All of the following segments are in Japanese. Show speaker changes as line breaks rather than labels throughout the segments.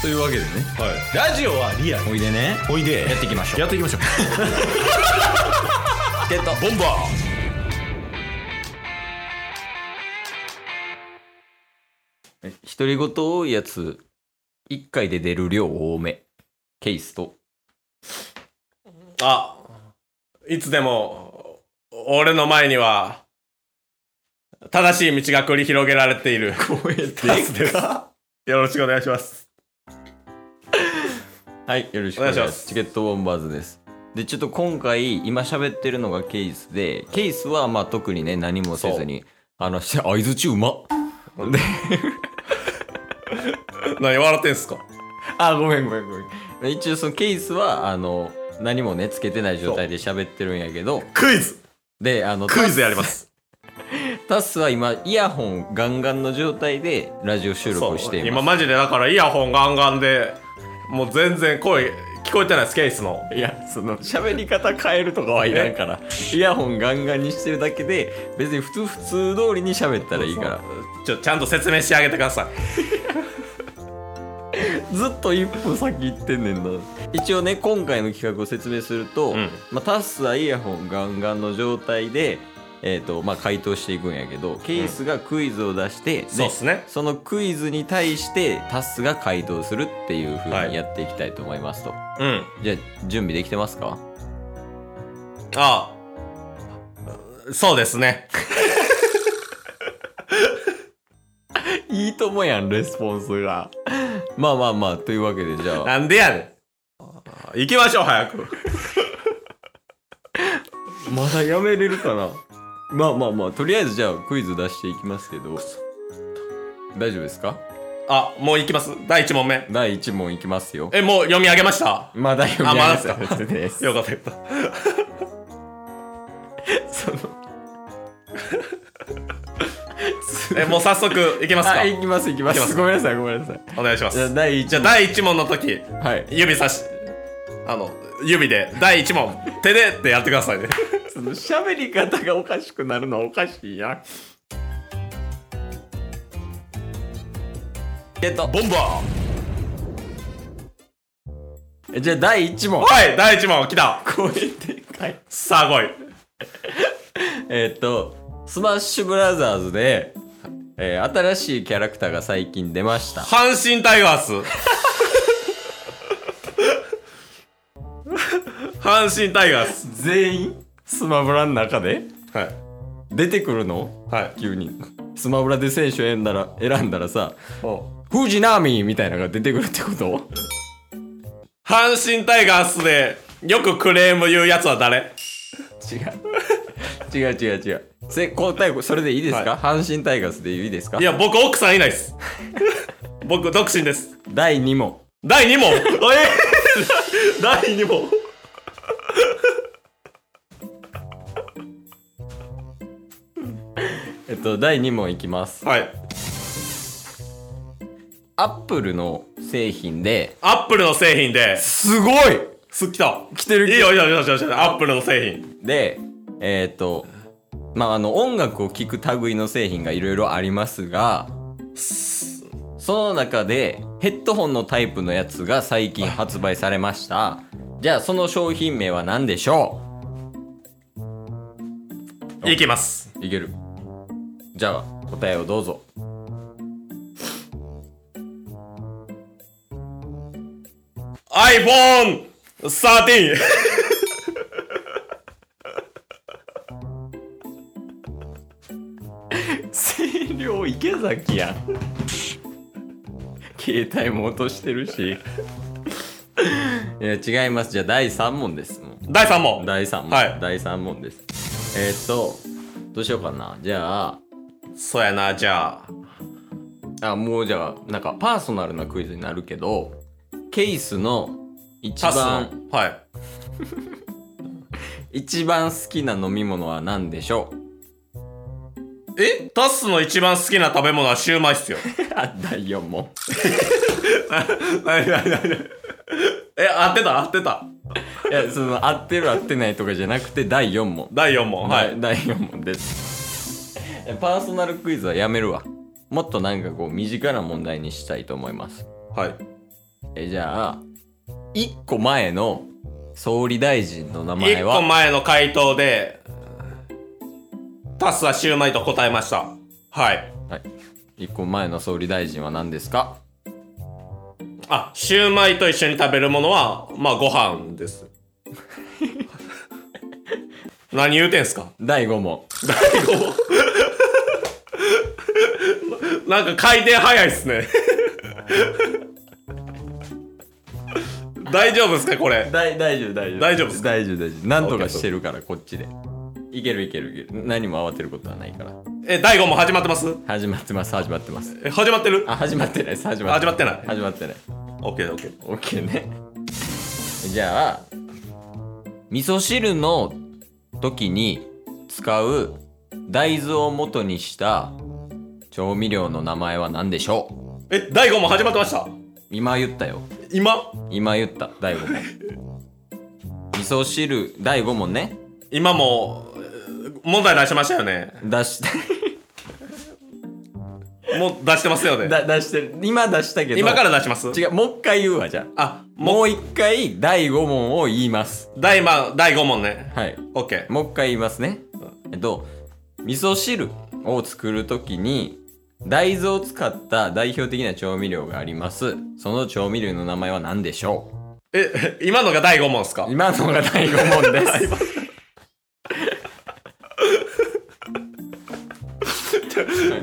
というわけでね
はい、ラジオはリアル
おいでね
おいで
やっていきましょう
やっていきましょう
ゲット
ボンバ
独り言多いやつ1回で出る量多めケースと
ーあいつでも俺の前には正しい道が繰り広げられている
声で
ダス ですよろしくお願いします
はいよろしくお願いしま
お願いします
すチケットボンバーズですでちょっと今回今喋ってるのがケースでケースはまあ特にね何もせずにあのして相づちうまっで
何笑ってんすか
あごめんごめんごめん一応そのケースはあの何もねつけてない状態で喋ってるんやけど
クイズ
であの
クイズやります
タスは今イヤホンガンガンの状態でラジオ収録
そ
を
う
してい
今
ます
マジでだからイヤホンガンガンでもう全然声聞こえてないですケースの
いやその喋り方変えるとかはいらんからイヤホンガンガンにしてるだけで別に普通普通通りに喋ったらいいから
ちょちゃんと説明してあげてください
ずっと一歩先行ってんねんな一応ね今回の企画を説明すると、
うん
まあ、タッスはイヤホンガンガンの状態で、えーとまあ、回答していくんやけどケースがクイズを出して、で
そうっすね
そのクイズに対してタッスが回答するっていうふう
は
に
い
やっていきたいと思いますと、
うん
じゃあ準備できてますか
ああそうですね
いいともやんレスポンスがまあまあまあというわけでじゃあ
なんでやねんあ行きましょう早く
まだやめれるかなまあまあまあとりあえずじゃあクイズ出していきますけど大丈夫ですか
あもう行きます第1問目
第1問いきますよ。
えもう読み上げました
まだ読み
あまだです
上
か
げたはずです。
よかったよかった
その
えもう早速行きますか
あ、いきますいきます。
いきます
ごめんなさいごめんなさい。
お願いしま
じゃあ
す
第1問。
じゃあ第1問の時
はい。
指差しあの指で第1問手でってやってくださいね
その喋り方がおかしくなるのはおかしいやん。えっと、
ボンバー
じゃあ第1問。
はい第1問来た
これでかい。
さあ来い
えっと、スマッシュブラザーズで、えー新しいキャラクターが最近出ました。
阪神タイガー ス阪神タイガース
全員スマブラの中で
はい
出てくるの
はい
急に。スマブラで選手選んだら、選んだらさ、
お
藤波みたいなのが出てくるってこと
阪神タイガースでよくクレーム言うやつは誰
違う違う違う違うせ答えそれでいいですか、阪神タイガースでいいですか
いや僕奥さんいないです 僕独身です
第2問
第2問第2問
えっと第2問いきます
はい
アップルの製品で
アップルの製品です
ごい
す来た
来てる
いいよいいよいいよいいよいいよアップルの製品
でえっとまああの音楽を聴く類の製品がいろいろありますがその中でヘッドホンのタイプのやつが最近発売されましたじゃあその商品名は何でしょう
いきます
いけるじゃあ答えをどうぞ
iPhone13
清涼池崎やん 携帯も落としてるしいや違いますじゃあ第3問ですも
第3問
う第3問、
はい
第三問ですえー、っとどうしようかなじゃ
そうやなじゃあ
ああもうじゃあなんかパーソナルなクイズになるけどケースの一
タスの
番
はい
一番好きな飲み物は何でしょ う
えタスの一番好きな食べ物はシューマイっ すよ
あ第4問
何何何何え合ってた合ってた
いやその合ってる合ってないとかじゃなくて第4問
第4問はい
第第4問ですえパーソナルクイズはやめるわもっとなんかこう身近な問題にしたいと思います
はい
えじゃあ一個前の総理大臣の名前
一個
は
前の回答で、タスはシューマイと答えました。はい。
はい一個前の総理大臣は何ですか
あ、シューマイと一緒に食べるものは、まあご飯です。 何言うてんすか
第5問
なんか回転早いっすね。大丈夫っすかこれ。
大大丈夫大丈夫
大丈夫っす
大丈夫大丈夫なんとかしてるからこっちでいけるいけるいける何も慌てることはないから
え、第5問始まってます
始まってます始まってます
え、始まってる
あ始まってないです始まって
始まってない。
始まってない
オッケーオッケー。
オッケーねじゃあ味噌汁の時に使う大豆を元にした調味料の名前は何でしょ
え、第5問始まってました
う今言ったよ
今
今言った第5問味噌汁第5問ね
今もうえー問題出しましたよね
出して
もう出してますよね
だ出してる今出したけど
今から出します
違うもう一回言うわじゃあ
あもう
もう一回第5問を言います
第,、まあ、第5問ね
はい
OK
もう一回言いますね。えっと、味噌汁を作るときに、大豆を使った代表的な調味料があります。その調味料の名前は何でしょ
え え今のが第5問っすか
う今のが第5問です。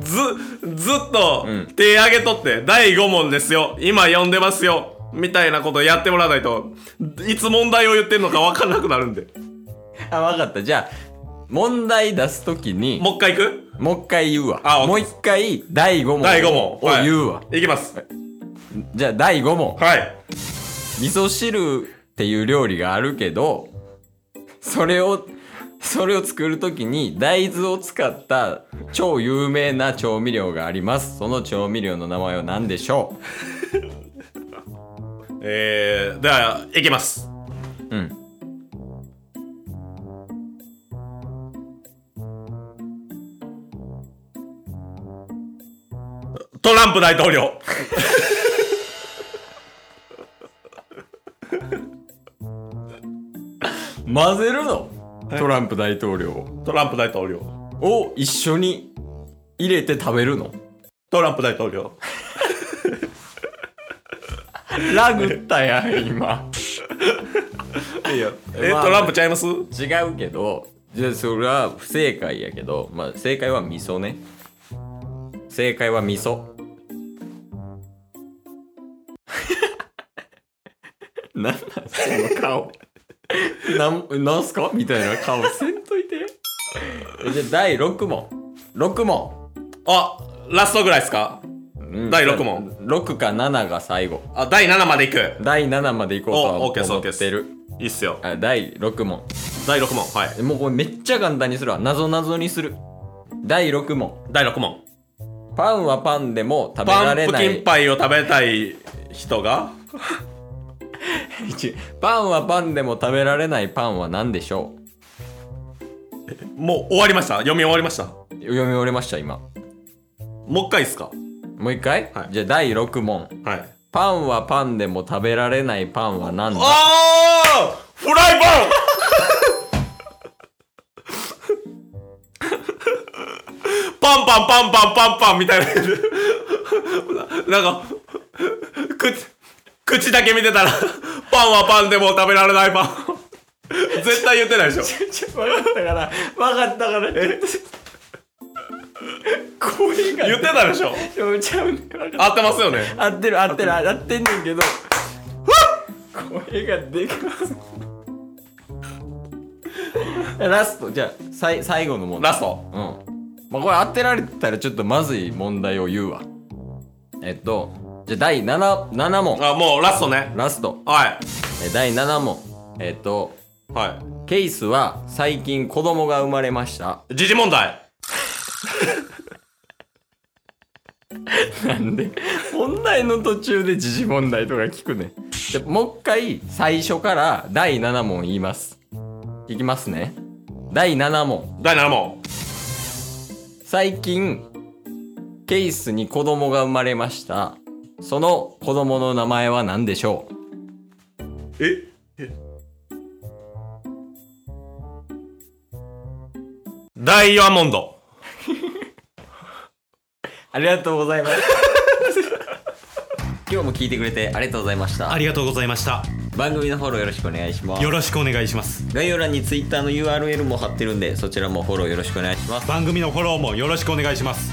ずずっと
うん
手上げとって、第5問ですよ今読んでますよみたいなことやってもらわないといつ問題を言ってんのか分かんなくなるん で
あ、わかった。じゃあ、問題出すときに、
もう一回いく
もう一回言うわ。
あわ
もう
かりま
一回第5問を
第5問
を言うわ。
いきます
じゃあ、第5問。
はい
味噌汁っていう料理があるけどそれをそれを作る時に大豆を使った超有名な調味料がありますその調味料の名前は何でしょ
えー、ではいきます
ううん
トランプ大統領
混ぜるのトランプ大統領を
トランプ大統領
を一緒に入れて食べる の
トランプ大統領
ラグったやん今
いや、え、
まあ
トランプちゃいます
違うけどじゃあそれは不正解やけどまあ正解は味噌ね正解は味噌 なんなんその顔なんなんすかみたいな顔せんといてえじゃあ第6問6問、
あ、ラストぐらいですか
うん
第六問
6か7が最後
あ、第7までいく。
第7までいこうとは
おオッケーです
思ってる
いいっすよ。
あ第6問
第6問。はい。
もうこれめっちゃ簡単にするわなぞなぞにする第6問
第6問。
パンはパンでも食べ
パ
ら
ン
れ
プ
な
キン
い。
パイを食べたい人が、
違う パンはパンでも食べられないパンは何でしょう
もう終わりました。読み終わりました。も
読み終わりました、今。
う一回いいっすか
もう一回、
はい
じゃあ第6問。
はい。
パンはパンでも食べられないパンは何だ
あーフライパンパンパンパンパンパンパンみたいなななんか口口だけ見てたらパンはパンでも食べられないパン絶対言ってないでしょ
分かったから、分かったから、声が
言ってたでしょ
ょちゃうねん
合ってますよね
合ってる合ってる合ってんねんけど声がでかす ラストじゃあさい最後の問題
ラスト
うんまあこれ当てられたらちょっとまずい問題を言うわえっとじゃあ第 7, 7問
あもうラストね
ラスト
は
え第7問えっと
いは
ケイスは最近子供が生まれました
い時事問題
なんで本題の途中で時事問題とか聞くねんじゃもう一回最初から第7問言いますいきますね第7問
第7問
最近ケイスに子供が生まれましたその子供の名前は何でしょう
えダイヤモンド
ありがとうございます 今日も聞いてくれてありがとうございました
ありがとうございました
番組のフォローよろしくお願いします
よろしくお願いします
概要欄に Twitter の URL も貼ってるんでそちらもフォローよろしくお願いします
番組のフォローもよろしくお願いします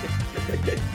す